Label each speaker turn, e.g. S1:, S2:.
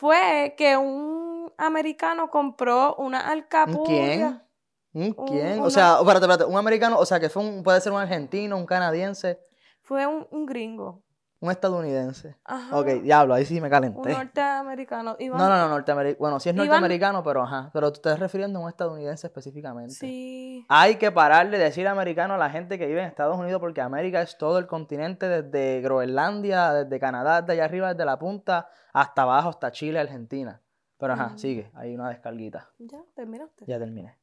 S1: fue que un americano compró una alcapulla.
S2: ¿Quién? ¿Un ¿Quién?
S1: Un-
S2: O sea, espérate, espérate, un americano, o sea, que fue un, puede ser un argentino, un canadiense,
S1: Fue un, un gringo.
S2: un estadounidense.
S1: Ajá.
S2: Ok, diablo, ahí sí me
S1: Un
S2: calenté.
S1: norteamericano. Iban-
S2: No, no, no, norteamericano. Bueno, sí es
S1: Iván-
S2: norteamericano, pero ajá. Pero tú estás refiriendo a un estadounidense específicamente.
S1: Sí.
S2: Hay que parar de decir americano a la gente que vive en Estados Unidos porque América es todo el continente, desde Groenlandia, desde Canadá, desde allá arriba, desde la punta, hasta abajo, hasta Chile, Argentina. Pero ajá,
S1: Ujú.
S2: sigue, hay una descarguita.
S1: Ya, terminaste.
S2: Ya terminé.